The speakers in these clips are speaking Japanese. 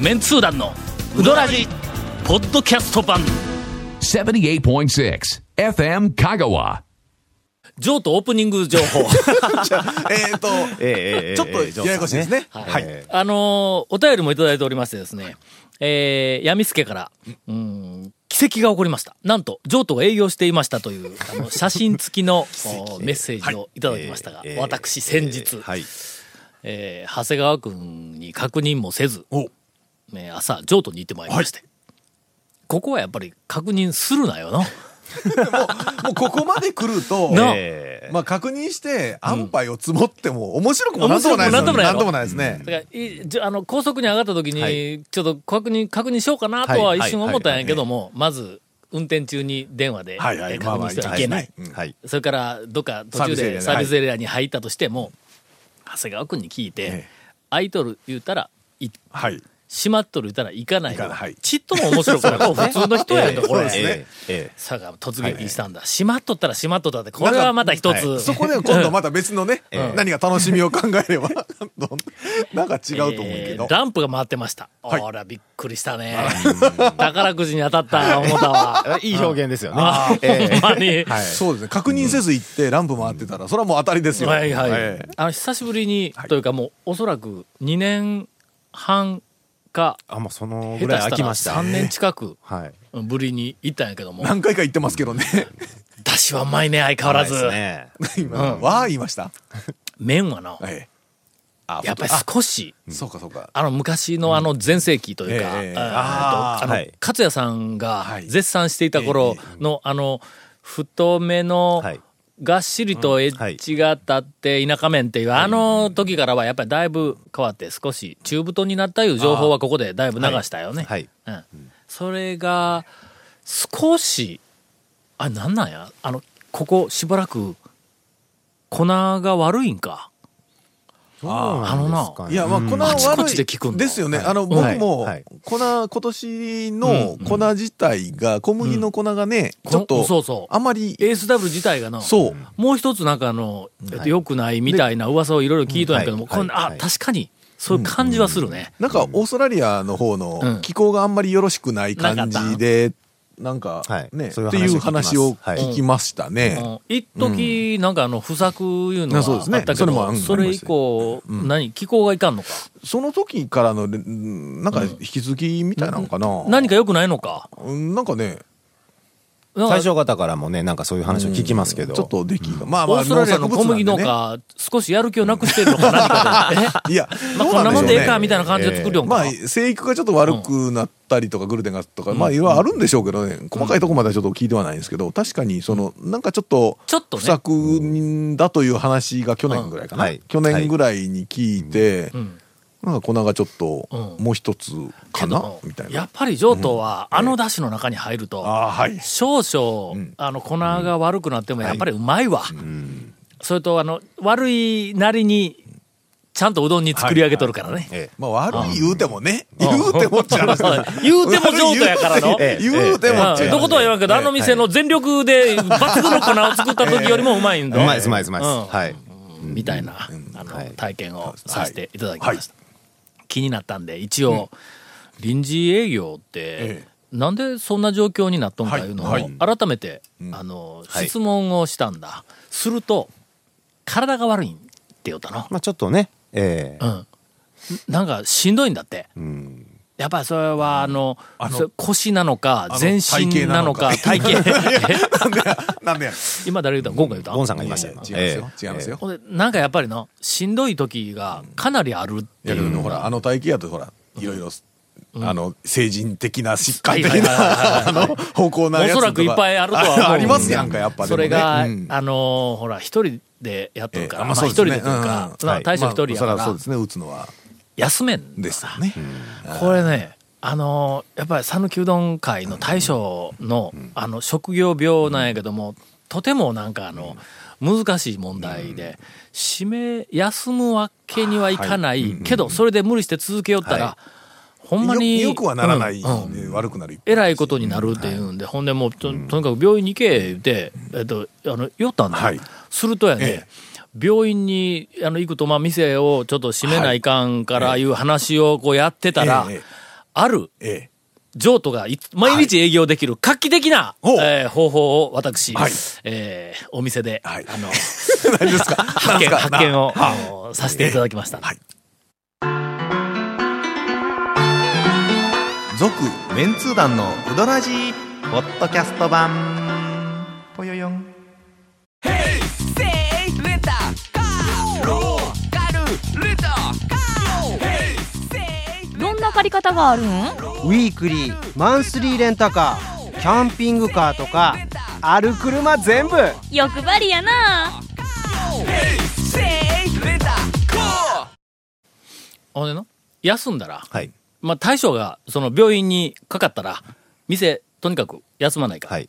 メンツー団のウドラジポッドキャスト版78.6 FM Kagawa. ジョーとオープニング情報えーと、ええええちょっとややこしいですね。はい。 あのーお便りもいただいておりましてですねえー、闇助から、うん、奇跡が起こりました。なんと、ジョーと営業していましたという、あ の、写真付きのおメッセージをいただきましたが、えー私、先日、えーはい。長谷川君に確認もせず、おね、朝、譲渡に行ってまいりまして、ここはやっぱり確認するなよな。もうここまで来ると、なえまあ確認して、安牌を積もっても、面白くもなんともないです面白くもなんともないですね。だからいじゃあの高速に上がった時に、はいちょっと確認確認しようかなとははい一瞬思ったんやけども、まず運転中に電話で、はいはいえーまあ確まあ認してはいけない、ーはい。それからどっか途中でサーサービビススエリアに入ったとしても、長谷川君に聞いて、え空いとる言うたらいはい。閉まっとる言うたら行かない行かないはいちっとも面白くないもう普通の人やんとこそうれですねええ。ええさが突撃したんだ、閉まっとったら閉まっとったってこれはまた一つ、そこでは今度また別のね、何が楽しみを考えれば、 どんなんか違うと思うけえどー。ランプが回ってました。はいほら、びっくりしたね。宝くじに当たった、思ったわ。あいい表現ですよね。あ え ー、ほんまに。はい。そうですね。確認せず行って、ランプ回ってたら、それはもう当たりですよ。はいはい。ええあの、久しぶりに、いというかもう、おそらく2年半か、あ、もうそ下のぐ手らいし空たきらました。 3年近くはい。ぶりに行ったんやけども、何回か行ってますけどね。 出汁はうまいね、相変わらず。そうですね。今、わあ言いました。麺はな、えやっぱり少し、えそうかそうか。あの、昔のあの、前世紀というか、えええええーああーのはい、勝也さんがはい絶賛していた頃の、あの、太めのはい、がっしりとエッジが立って田舎麺っていう、あの時からはやっぱりだいぶ変わって少し中太になったいう情報はここでだいぶ流したよね。はい。うん。それが、少し、あ、なんなんやあの、ここしばらく、粉が悪いんか。ああのないや、まあ、粉あ悪い。ちこちで聞くんだですよね。あの、は僕いもはい、粉、今年の粉自体が、小麦の粉がね、うんちょっこんと、そうそうあまり、 ASW 自体がな、そう。もう一つなんかあの、えっと良くないみたいな噂をいろいろ聞いとんやけども、うんはいこんあ、はい確かに、そういう感じはするね。なんか、オーストラリアの方うんの気候があんまりよろしくない感じで、なんかはい、ね、っそういうていう話話をを聞きます聞きましたね。うん一時なんかあの、不作いうのがああそうっですねたけそれもど、あうんそれ以降、何、気候がいかんのか、その時からの、うんなんか、引き続きみたいなのかな。何か良くないのか、うんなんかね、なんか最初方からもね、なんかそういう話を聞きますけど。ちょっと出来が。まあオまーあ、ストラリアの小麦農農作物なん家、少しやる気をなくしてるのか、何かで。え でね。いや、まあ、どこうんななもんんででええしょうねか、みたいな感じで作るよんか。まあ、生育がちょっと悪くなったりとか、グルテンがとか、まあ、いろいろあるんでしょうけどね、細かいとこまではちょっと聞いてはないんですけど、確かに、その、なんかちょっと、ちょっとね不作にだという話が去年ぐらいかな。うんはい去年ぐらいに聞いて、んなんか粉がちょっと、うんもう一つかな、けどみたいやなっ。ぱり上等は、あの出汁の中に入ると、ああ、はい。少々、あの粉が悪くなってもやっぱりうまいわ、それとあの悪いなりにちゃんとうどんに作り上げとるからね、えまあ、悪い言うてもね、言うてもっちゃ話だ 言うても上等やからのええ 言うてもっちうんゃどことは言わんけど、あの店の全力で抜群の粉を作った時よりもうまいんえ。だ、 うまいです、うまいです、うまいです。うんはい。みたいな、あはのい体験をさせていただきました、気になったんで一応、臨時営業って、えなんでそんな状況になっとんかいうのを、はいはい改めて、あの質問をしたんだ、すると体が悪いんって言うたの、まあちょっとね、ええ。うん、なんかしんどいんだってうん。やっぱりそれはあの、あのそれ腰なのかの全身なのか体体型 なんでや、なんでや。今誰言うたゴンが言うたゴンさんがいましたよ。いやいや違いますええよ。違いますよ。ほんでなんかやっぱりのしんどい時がかなりあるっていやいでうもほらあの体型やとほらいろいろ、あの成人的な疾患的はい なあの方向なやつとおかそらくいっぱいあるとは思う ありますやんかやっぱでそもねれが、うんあのーほら、一人でやっとるから、ええあままああ一、そうで人すねでというか、うんまあはい大将一人やから、まあそらそうですね打つのは休めんですよね、これね、あのーやっぱり讃岐うどん会の大将の、あの、職業病なんやけども、とてもなんかあの、難しい問題で、締め、休むわけにはいかない、けど、それで無理して続けよったら、はほんまに。よよくはならない、うんうん悪くなるえらいことになるっていうんで、ほんでもうととにかく病院に行け言うて、えっと、あの言おったんだよ、はいするとやね、え病院にあの行くとまあ店をちょっと閉めないかんからいう話をこうやってたら、ええあるええ 譲渡がいつ毎日営業できる画期的な、ほうえー方法を私、はいえーお店で、はいあの何ですか発見何ですか発見をあのさせていただきました。はい続メンツー団のウドラジーポッドキャスト版ぽよよんどんな借り方があるんウィークリーマンスリーレンタカーキャンピングカーとかある車全部欲張りやなほんでの休んだら、はい。まあ、大将がその病院にかかったら店とにかく休まないから、はい。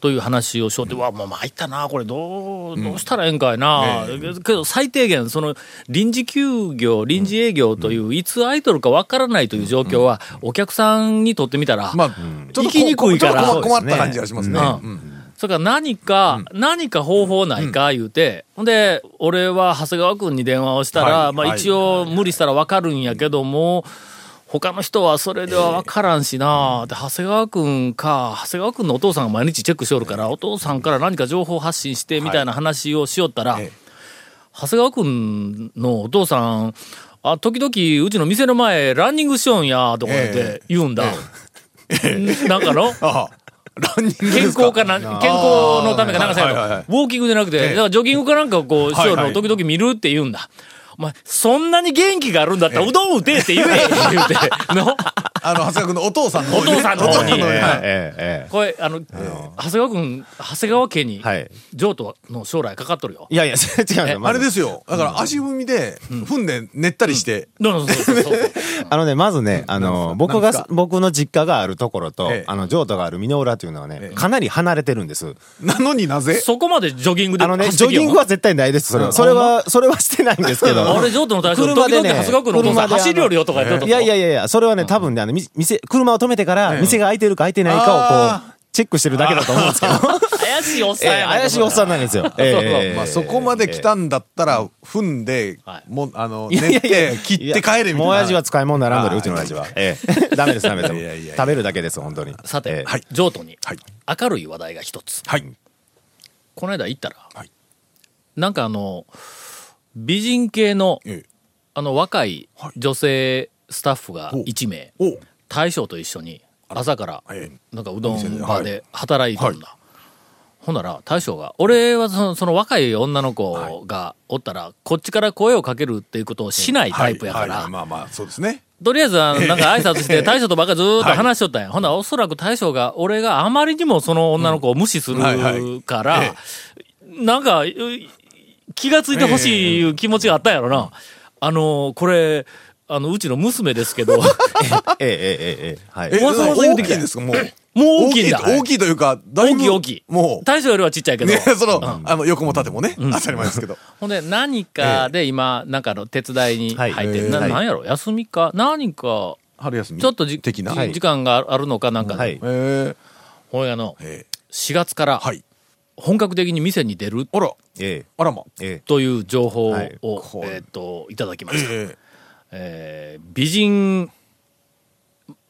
という話をしようって、うわもう参ったなこれどうどうしたらええんかいな、けど最低限その臨時休業臨時営業という、いつ空いとるかわからないという状況は、お客さんにとってみたら、まあちょっとこ行きにくいからちょっと困困った感じがしますねうんそれから何か、何か方法ないか言うて、ほんで、俺は長谷川君に電話をしたら、はいまあはい一応無理したらわかるんやけども、他の人はそれではわからんしな、で、長谷川君か、長谷川君のお父さんが毎日チェックしよるから、お父さんから何か情報発信してみたいな話をしよったら、ええ長谷川君のお父さん、あ、時々うちの店の前ランニングしようんや、とか言っえて言うんだ。なんかの あランニング健です康かな、健康のためかなんかあーはいはいさはい、ウォーキングじゃなくて、だからジョギングかなんかこう、しようはいはのい時々見るって言うんだ。お前、そんなに元気があるんだったら、うどん打てって言え 言うて、の、あの長谷川君のお父さんの方おにね父さんの方に。えええこれ、あの、長谷川君、長谷川家にえ、はい。譲渡の将来かかっとるよ。いやいや、違 う違う。まあずれですよだから足踏みで踏んで寝ったりしてどうぞどうぞどうぞあのね、まずね、あの、僕なんですがか、僕の実家があるところとええ、あの、譲渡がある美濃浦というのはね、かなり離れてるん です。なのになぜそこまでジョギングであのね、走ジっョてきよギングは絶対ないです、それは。それは、それはしてないんですけど。俺、譲渡の対象、時車で々ね長谷川君のお父さん車であの走りよるよとか言っとったいやいやいやいや、それはね、多分ね、あの、み店、車を止めてから、店が開いてるか開いてないかをこう、チェックしてるだけだと思うんです けど。怪しいおっさん ええや怪しいおっさんなんですよ。ええまあ、そこまで来たんだったら踏んで、はいもうあのいやい寝やいやて切って帰れみもうた親い父なは使い物にならんので、うちの親父 は。ええ。 ダメです、ダメでいやいやいやす。食べるだけです、本当に。さて、ええはい譲渡にはい明るい話題が一つ。はいこの間行ったら、はいなんかあの、美人系の、ええあの、若いはい女性スタッフがほう1名、おう大将と一緒に朝からええ、なんかうどお店でんは場いで働いてるんだ。ほんなら、大将が、俺はそのその若い女の子がおったら、こっちから声をかけるっていうことをしないタイプやから、はいはいまあまあそうですねとりあえず、あのなんか挨拶して、大将とばっかりず ーっと話しとったんや。ほんならおそらく大将が、俺があまりにもその女の子を無視するはいはいからえ、なんか、う気がついてほしいいう気持ちがあったんやろな。あの、これ、あの、うちの娘ですけ ど、もうええええええ。はい。えわざわざ言う大てききたいんですかもう大きいんだ。大きいというかだい大ぶきい大きいもう大将よりはちっちゃいけどね。その,、あの横も縦もね、当たり前ですけどほんで、何かで今、なんかの手伝いに入ってる。はいなはいなんやろ休みか何か、春休みちょっとじ的なじはい時間があるのかなんかはでい。ええほんやの、ええ4月からはい本格的に店に出るあらええ。あらまえという情報を、はいこうえっ、と、いただきました。ええー美人、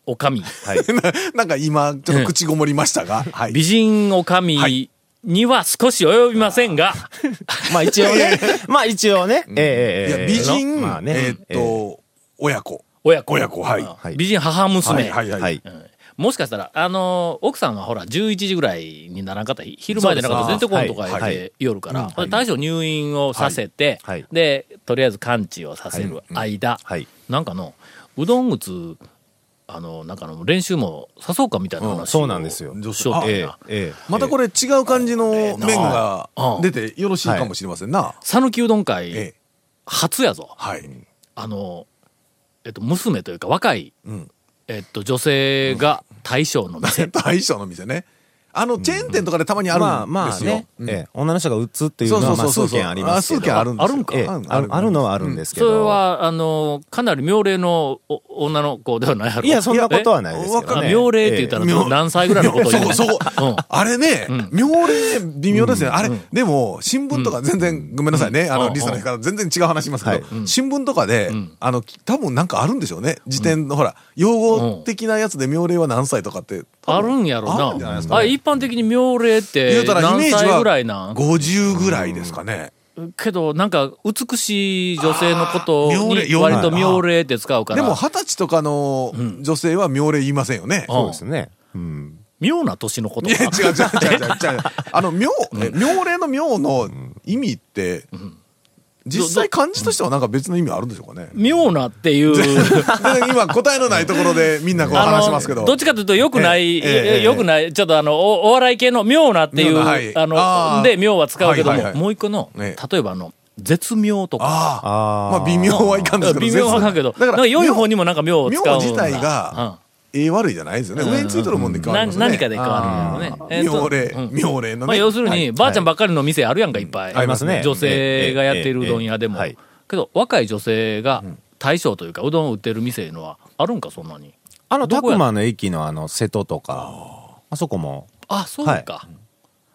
おかみ、え。はい。え なんか今ちょっと口ごもりました が、はい美人おかはみいには少し及びませんが、まあ一応 ね。まあ一応ね。いえやえええええ。美人、まあねえーっと、え親子親子。親子はいうんはい美人母娘。はいはいえはい、はい。うんもしかしたら、あのー奥さんはほら、11時ぐらいにならんかったら、ひ昼前でなかったら出そうでてこんすとか言っはいはて夜から、はい大将入院をさせて、はいはいで、とりあえず完治をさせる間、はい。なんかの、うどん打つ、あの、なんかの練習もさそうかみたいな話を、うんそうなんですよしようってええな。ええ。またこれ違う感じの麺がうん出てよろしいかもしれませんな。讃岐うどん会ええ、初やぞ。はい。 あの、えっと、娘というか若い、うんえっと、女性が大将の店。大将の店ね。あのチェーン店とかでたまにあるんですよ、まあまあね、うんええ女の人が打つっていうのはまあ数件ありますけあ数ど件あるんですよあるんかええあるあるのはあるんです けそど、れは、あの、かなり妙齢のお女の子ではないやろいやそんなことはないですけあど、ね、妙齢って言ったえらえ何歳ぐらいのことを言うのそこ、そこ。あれね、妙齢、微妙ですよね。あれ、でも、新聞とか全然、ごめんなさいね。あうの、んリスナーから全然違う話しますけど、新聞とかでん、あの、き多分なんかあるんでしょうね。辞典の、ほら、用語的なやつで妙齢は何歳とかって。あるんやろあるんじゃないな。ですかねあ一般的に妙齢って言うたら、イ何メージ歳ぐらいはな、 50ぐらいですかね。んけど、なんか、美しい女性のことあー妙齢によ割と妙齢って使うから、でも、二十歳とかの女性は妙齢言いませんよね。うんそうですね、うん、妙な年のこと いや、か。違う違う違う違う 違う。あの、妙、え妙齢の妙の意味って、実際漢字としてはなんか別の意味あるんでしょうかね。妙なっていう。 で今答えのないところでみんなこうあの話しますけど。どっちかというと、よくない、ええええええよくない、ちょっとあの、おお笑い系の妙なってい妙う、なはいああの、ーで、妙は使うけども、はいはいはいもう一個の、ええ例えばあの、絶妙とか、ああ。あーまあ微妙はいかんですけど。微妙はあかんけど、だかなんらか良い方にもなんか妙を使うんだ妙自体が、ええ悪いじゃないですよね。うん上についてるもんで変わりますよなね。何かで変わるんだろうね。妙齢とう、ん妙齢のね。まあ、要するに、はいばあちゃんばっかりの店あるやんか、いっぱい。ありますね女性がやっているうどん屋でも。ええええええけど、若い女性が大将というか、うどんを売ってる店いうのは、あるんか、そんなに。あのどタこやクマの駅のあの瀬戸とかあそこもあ、そうか。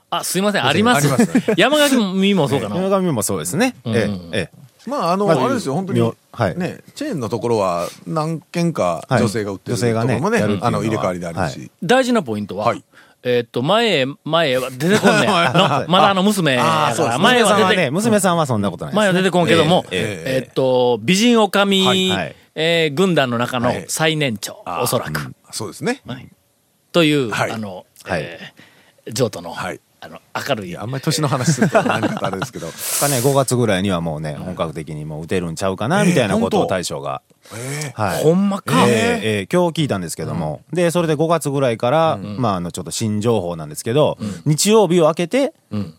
あ、すいません、あります。あります山垣見もそうかな。山上もそうですね、んええええまああの、まずあれですよ、本当に妙。はいね、チェーンのところは何軒かはい女性が売ってる女性がねところもね、やるっていうのはあの、入れ替わりであるし。大事なポイントは、はいえーっと、前へ、前へは出てこんねんあのまだあの娘やあそかうでら、すね前娘さんはは出ねて、娘さんはそんなことないです、前ね、は出てこんけども、えええええーっと、美人女将、はいはいえー軍団の中のはい最年長、おそらく、そうですね。という、はいあの、はいえー譲渡の、はいあの、明るい、あんまり年の話すると何かとあれですけど。 かね、5月ぐらいにはもうね、本格的にもう打てるんちゃうかな、みたいなことえをー大将が。えはい。ほんまか、えーえー今日聞いたんですけども、で、それで5月ぐらいから、まあ、あの、ちょっと新情報なんですけど、日曜日を明けて、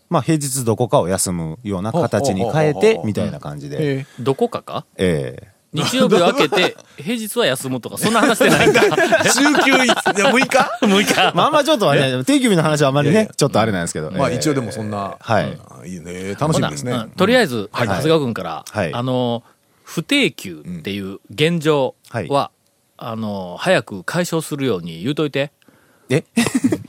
まあ、平日どこかを休むような形に変ほえうほうほうほてう、みたいな感じで、えどこかかええ日曜日を明けて、平日は休むとか、そんな話してないん だ。週休6日6日。まあまあ、ちょっとは ね、定休日の話はあまりいやいねや、ちょっとあれなんですけど。まあええ一応でもそんな、はいうんいいね楽しみですね、ほなうんとりあえず、い長谷川君から、はいあの、不定休っていう現状は、はいあの、早く解消するように言うといて。え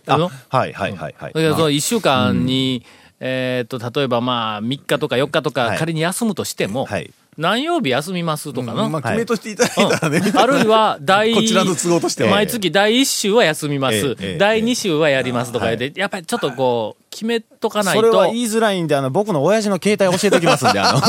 あのあ、 はいはいはいはい。だからその1週間に、えーっと、例えばまあ、3日とか4日とかはい仮に休むとしても、はい何曜日休みますとかな。うんまあは決いめとしていただいたらね、あるいは第こちらの都合としては毎月第1週は休みます、ええええ第2週はやりますとか言って、やっぱりちょっとこう、決めとかないそと。れは言いづらいんで、あの、僕の親父の携帯教えておきますんで、あの、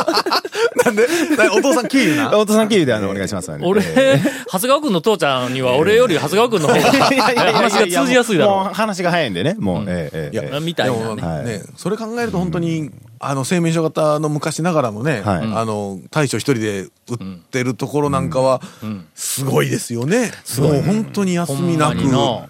なん でだお父さん経由なお父さん経由であの、お願いしますので。俺、 ええ長谷川君の父ちゃんには俺より長谷川君の方がいやいやいやいや話が通じやすいだもうろ話が早いんでね、もう、ええええいやええう。みたいでなもね。はいねそれ考えると本当に、あの生命書型の昔ながらのね、はいあの大将一人で売ってるところなんかはすごいですよね、もう本当に休ほみんなまくにの、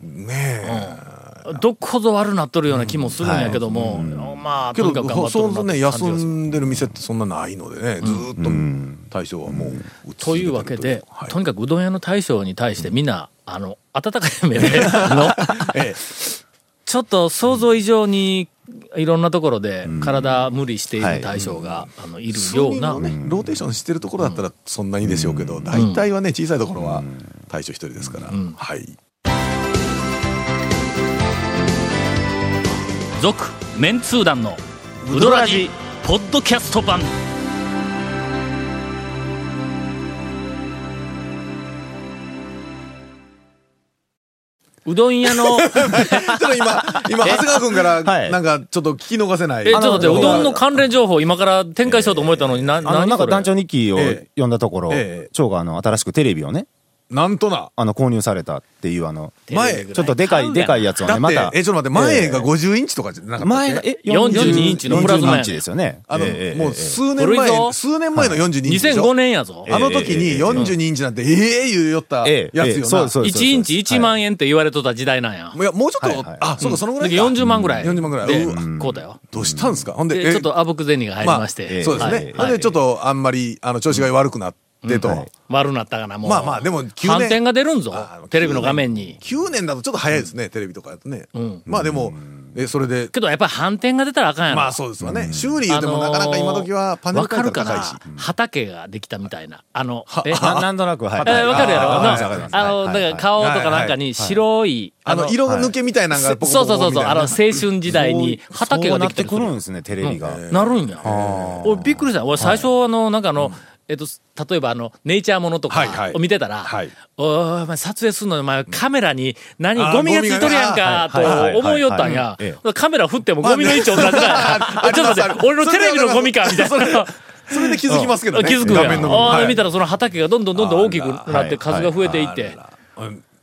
ねえ、うんどこぞ悪なっとるような気もするんやけども、まあ、けとにかく頑張どっとそるなうっねて感じ休がする。んでる店ってそんなないのでね、ずーっと大将はもう打ち続けてるというわけで、はいとにかくうどん屋の大将に対してみんな、あの、温かい目で、あの、ええちょっと想像以上に、いろんなところで体無理している大将が、あのいるような、数人のね、ローテーションしてるところだったらそんなにでしょうけど、大体はね小さいところは大将一人ですから、はい続メンツー団のウドラジポッドキャスト版うどん屋のえちょっちょっと今今長谷川君からはいなんかちょっと聞き逃せない、と待ってうあどんの関連情報今から展開しようと思ったのに、なあの、何なそんかれ団長日記をええ読んだところええ、蝶があの、新しくテレビをね、なんとなあの、購入されたっていう、あの、テレビ前ぐらちょっとでかい、でかいやつをだっね、て、また。えちょっと待って前が50インチとかじゃなかったっけ前が、え、 42インチのプラズマや42インチですよね。あの、ええええもう数年古いぞ前数年前の42インチでしょ2005年やぞ、あの時に42インチなんて、ええ言うよったええやつよな。ええそうですそうです1インチ1万円って言われとった時代なんや、いや、もうちょっと、はいはいあ、そうか、そのぐらいか。だけど40万ぐらい、 40万ぐらい。でうわこうだよどうしたんですかほんで、でちょっえとあぶく銭が入りまして、そうですね。はほいんで、ちょっと、あんまり、あの、調子が悪くなっでと、はい悪なったかな、もう。まあまあでも9年反転が出るんぞあー。テレビの画面に。 9年だとちょっと早いですね、テレビとかやとね、んまあでもえそれでけどやっぱり反転が出たらあかんやろ。まあそうですわね、修理言うてもなかなか今時はパネルわか変えるたから高いしな、畑ができたみたいな。あの、えななんとなく、はい。えーわかるやろあーわかりますわかりなますあの、だはかいら顔とかなんかに白い、あの色抜けみたいなのがポコポそうコそうそうそう、あの、青みたいな春時代に畑ができてそうなってくるんですね、テレビが。なるんや。俺びっくりした。俺最初あの、なんかあの、えっと、例えばあの、ネイチャーものとはいはかいを見てたらはい、おい、お前撮影するのに、お前カメラに何、あーゴミがついとるやんか、ゴミがねあーはいと思いよったんはやいはいはいえ。カメラ振ってもゴミの位置同じだよああ ちょっと待あっりまて、す俺のテレビのゴミか、みたいそれな。それで気づきますけどね気づくや画面ん。の あはあ、い見たらその畑がどんどんどんどん大きくなって数が増えていって。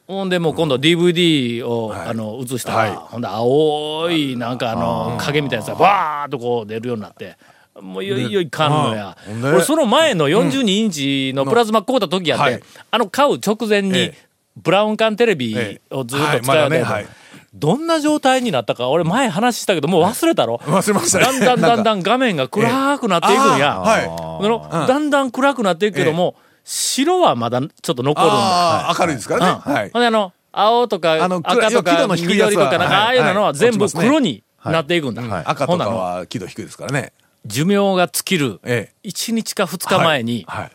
ほんでもう今度 DVD を、あの映したら、はいほんで青いなんかあの影みたいなやつがバーッとこう出るようになって。もういよいよいかんのやあ。ーほんで俺その前の42インチのプラズマ買うた時やって、うんはいあの買う直前に、ええブラウン管テレビをずっと使うよええはいまだねねはいどんな状態になったか俺前話したけどもう忘れたろ 忘れましたねだんだんだんだん画面が暗くなっていくんや、あーはいそのだんだん暗くなっていくけども、白はまだちょっと残るんだあー明るいですからね、うんはいほんであの青とかあの暗赤いといやか黒の低いや緑つとはかなんはいかああいうのははい全部落ちますね黒になっていくんだ、赤ほとんなからは輝度低いですからね寿命が尽きるえ1日か2日前にはいはい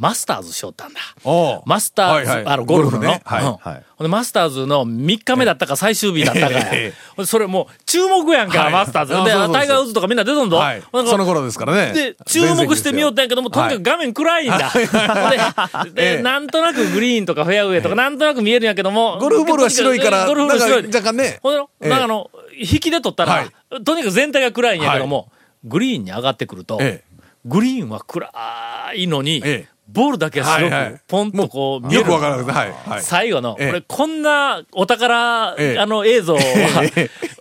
マスターズしよったんだ、おうマスターズ、はいはいあのゴルフのゴルフねはいうんはいほんでマスターズの3日目だったか最終日だったかや、ええほんでそれもう注目やんか、はいマスターズあでそうそうそうタイガー・ウッズとかみんな出とんぞ、はいほんでその頃ですからねで、注目してみようったんやけども、とにかく画面暗いんだ。で でええなんとなくグリーンとかフェアウェイとか、なんとなく見えるんやけども。ゴルフボールは白いからゴルフボール白い。なんか若干ねほんでええなんかあの、引きで取ったら、はいとにかく全体が暗いんやけども、グリーンに上がってくると、えグリーンは暗いのに、ええボールだけはい白はくい、ポンとこう見えよるく。わからなくてはいはい最後の、ええ俺こんなお宝、ええあの映像は、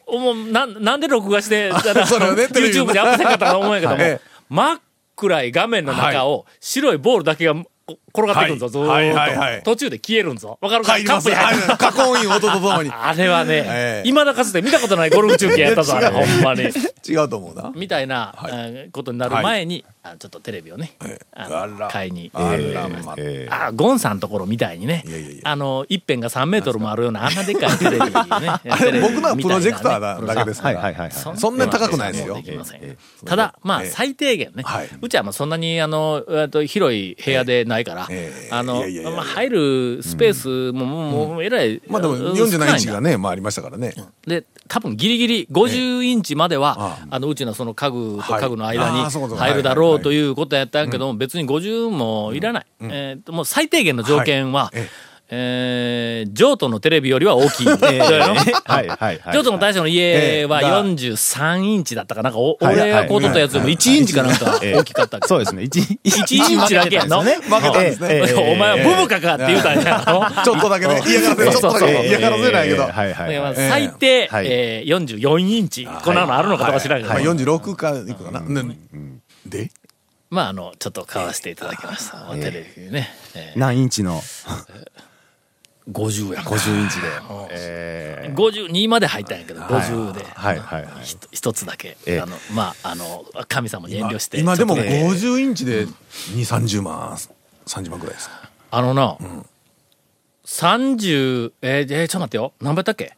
もうなんなんで録画 して、あのそれをねテレビの YouTube にアップせんかったと思うんやけども、ええ真っ暗い画面の中を、白いボールだけがこ転がってくるんぞ、はいずーっと、はいはいはい途中で消えるんぞ。わかるか入りカまップすに入る。はい加工員音とともにあれはね、ええ今だかつて見たことないゴルフ中継やったぞ、あ れ、いやほ違うんまに。 違うと思うなみたいな、あーことになる前に、あちょっとテレビをね、ええあのあら買いにあえーらまえあゴンさんのところみたいにねいやいやいやあの一辺が3メートルもあるようなあんなでっかいテレビねあ あれ僕のはプロジェクターだーだけですかはいらはいはいはい。そそんなに高くないですよできませんえただ、まあ、ええ最低限ね、はいうちはまあそんなにあのえっと広い部屋でないから、ええええあのいやいやいやまあ、入るスペースも、もうもうもうえらい、まあでもうん47インチ少ないがんだねまあありましたからねで多分ギリギリ50インチまでは、ええあのうちのその家具とはい家具の間にあーそういうこと入るだろはいうはいということやったんやけども、別に50もいらない、えーともう最低限の条件は、えええー譲渡のテレビよりは大きい。えはいはいはい。京都の大将の家はええが43インチだったかなんか、おはい俺がこう取ったやつよりも1インチかなんかええ大きかったっけそうですね。一 1インチだけやんの。負けたんですねええお前はブブカかって言うたんやろ。 ちょっとだけね嫌がらせちょっとだけ嫌がらせないけどええはいはいだからはまあい。最低、はいえー44インチ、こんなのあるのかとか知らんけど、まあ46かいくかなねでまああの、ちょっと買わせていただきました。テレビね、え何インチのー、50やんか。 50インチで。え52まで入ったんやけど、50でえ。はいはいはい。ひと一つだけ、ええあの、まあ、あの、神様に遠慮して。今でもちょっとね50インチで230万30万ぐらいですかあのな、30、えーえーちょっと待ってよ。何倍だったっけ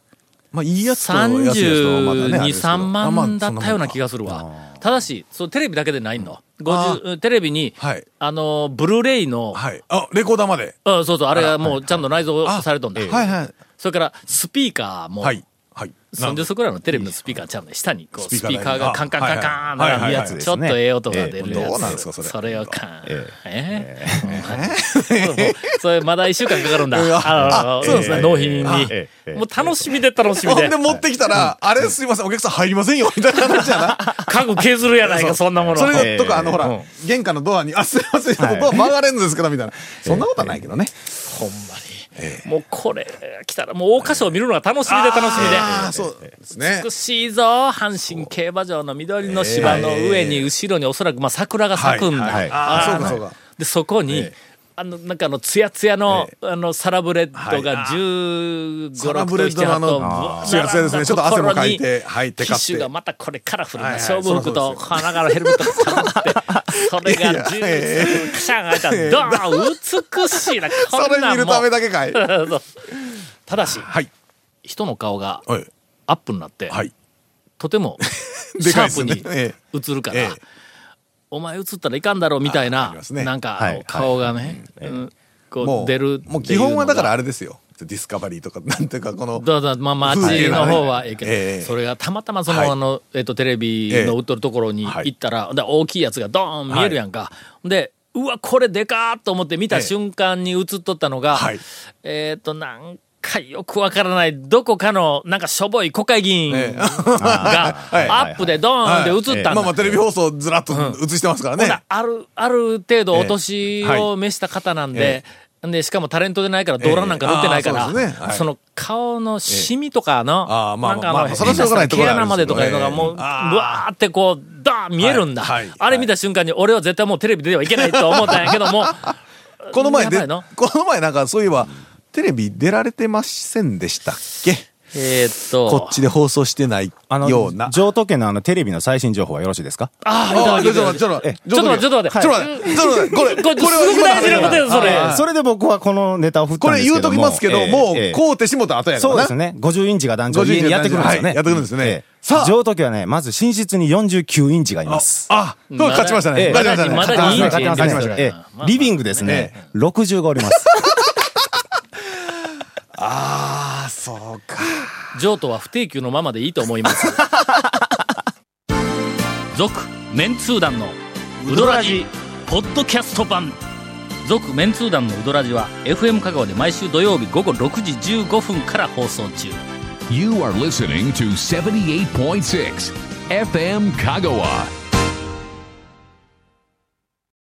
まあいいやつと安いやつとまだねあれですけど ?32,3 まあ万だったような気がすするわ。ただし、そうテレビだけでないの。50、テレビに、はいあの、ブルーレイの、はいあレコーダーまであそうそう、あれがもうちゃんと内蔵されとんだ。はいはいそれから、スピーカーも、はいはい30足ぐらいのテレビのスピーカーちゃうね。下に、こう、ススピーカピーーカーがカンカンカンカンはいは並んでいはいはいはいはいちょっとええ音が出るやえつ。えどうなんですかそれそれをカン。ええ えそれまだ1週間かかるんだ。ええあの、あそうですね納品あええに。もう楽しみで楽しみほでんで。持ってきたら、あれすいません、お客さん入りませんよ、みたいな話じゃな。家具削るやないか、そんなもの。それえとか、あの、ほうらん、玄関のドアに、あ、すいません、ドア曲がれんのですから、みたいな。そんなことはないけどね。ほんまに。もうこれ来たら、もう大箇所を見るのが楽しみで楽しみで。ああ、そうですね美。しいぞ阪神競馬場の緑の芝の上に後ろにおそらくまあ桜が咲くんだ、はいはいああ、そうのか、そうか。でそこに、あのなんかあのツヤツヤの,、あのサラブレッドが1 5サラブレッドのあのあーツヤツヤですねちょっと汗もかいてはいテカって機種がまたこれカラフルなはいはい勝負服と花柄ヘルメットがかぶってそれがジュース、クシャン開いたら、ドーン美しいな、こそんれなんも見るうためだけかい そうただし、はい人の顔がはいアップになって、はいとてもシ でかいャっすねープえに映るから、ええお前映ったらいかんだろうみたいああなりま、すねなんか、はい顔がね、うんこもうう出るっていうのがもう基本はだからあれですよディスカバリーとかなんていうかこのだだまあ、街風景のがね方はええけど、ええそれがたまたまその、はいあの、えっ、と、テレビの売っとるところにはい行ったら、で大きいやつがドーン見えるやんか。で、うわ、これでかーっと思って見えたえ瞬間に映っとったのが、はいえっ、と、なんかよくわからない、どこかの、なんかしょぼい国会議員 ええが、はいアップでドーンで映ったんだまあまあテレビ放送ずらっと映してますからほね、なある、ある程度お年を召した方なんで、で、しかもタレントでないから、ドラなんか塗ってないから、あーそうですねはいその顔のシミとかの、ええあーまあなんかまあまあそれはしょうがないとこ毛ろはあ穴るんまでですけとどかいうのがもう、ええぶわーってこう、ダーン見えるんだ、はいはいあれ見た瞬間に、俺は絶対もうテレビ出てはいけないと思ったんやけ ども、この前やばでいのこの前なんかそういえばテレビ出られてませんでしたっけえーっと、こっちで放送してないあのような上都県のあのテレビの最新情報はよろしいですかああーあいたちょだっとき待まってすちょっと待ってちょっと待って、ちょ っと待って、ちょっと待ってちょっと待ってこれこれすごく大事なことやぞ、それ。それで僕はこのネタを振っこたんれです言けうとどもきますけど、もう、ええこうてしもた後やからそうな。ですね。50インチが男女50インチ家にやってくるんですよはね。いやってくるんですねささああ。上等機はね、まず寝室に49インチがいます。あ、そう勝ちましたえね。え勝ちましたね。まだいい勝ちましたイねンチ勝ちましたまだねええまあリビングですね、65おります。ああ、そうか。譲渡は不定休のままでいいと思います。続、メンツー団のウドラジ、ポッドキャスト版。続、メンツー団のウドラジは FM 香川で毎週土曜日午後6時15分から放送中。 You are listening to 78.6 FM Kagawa.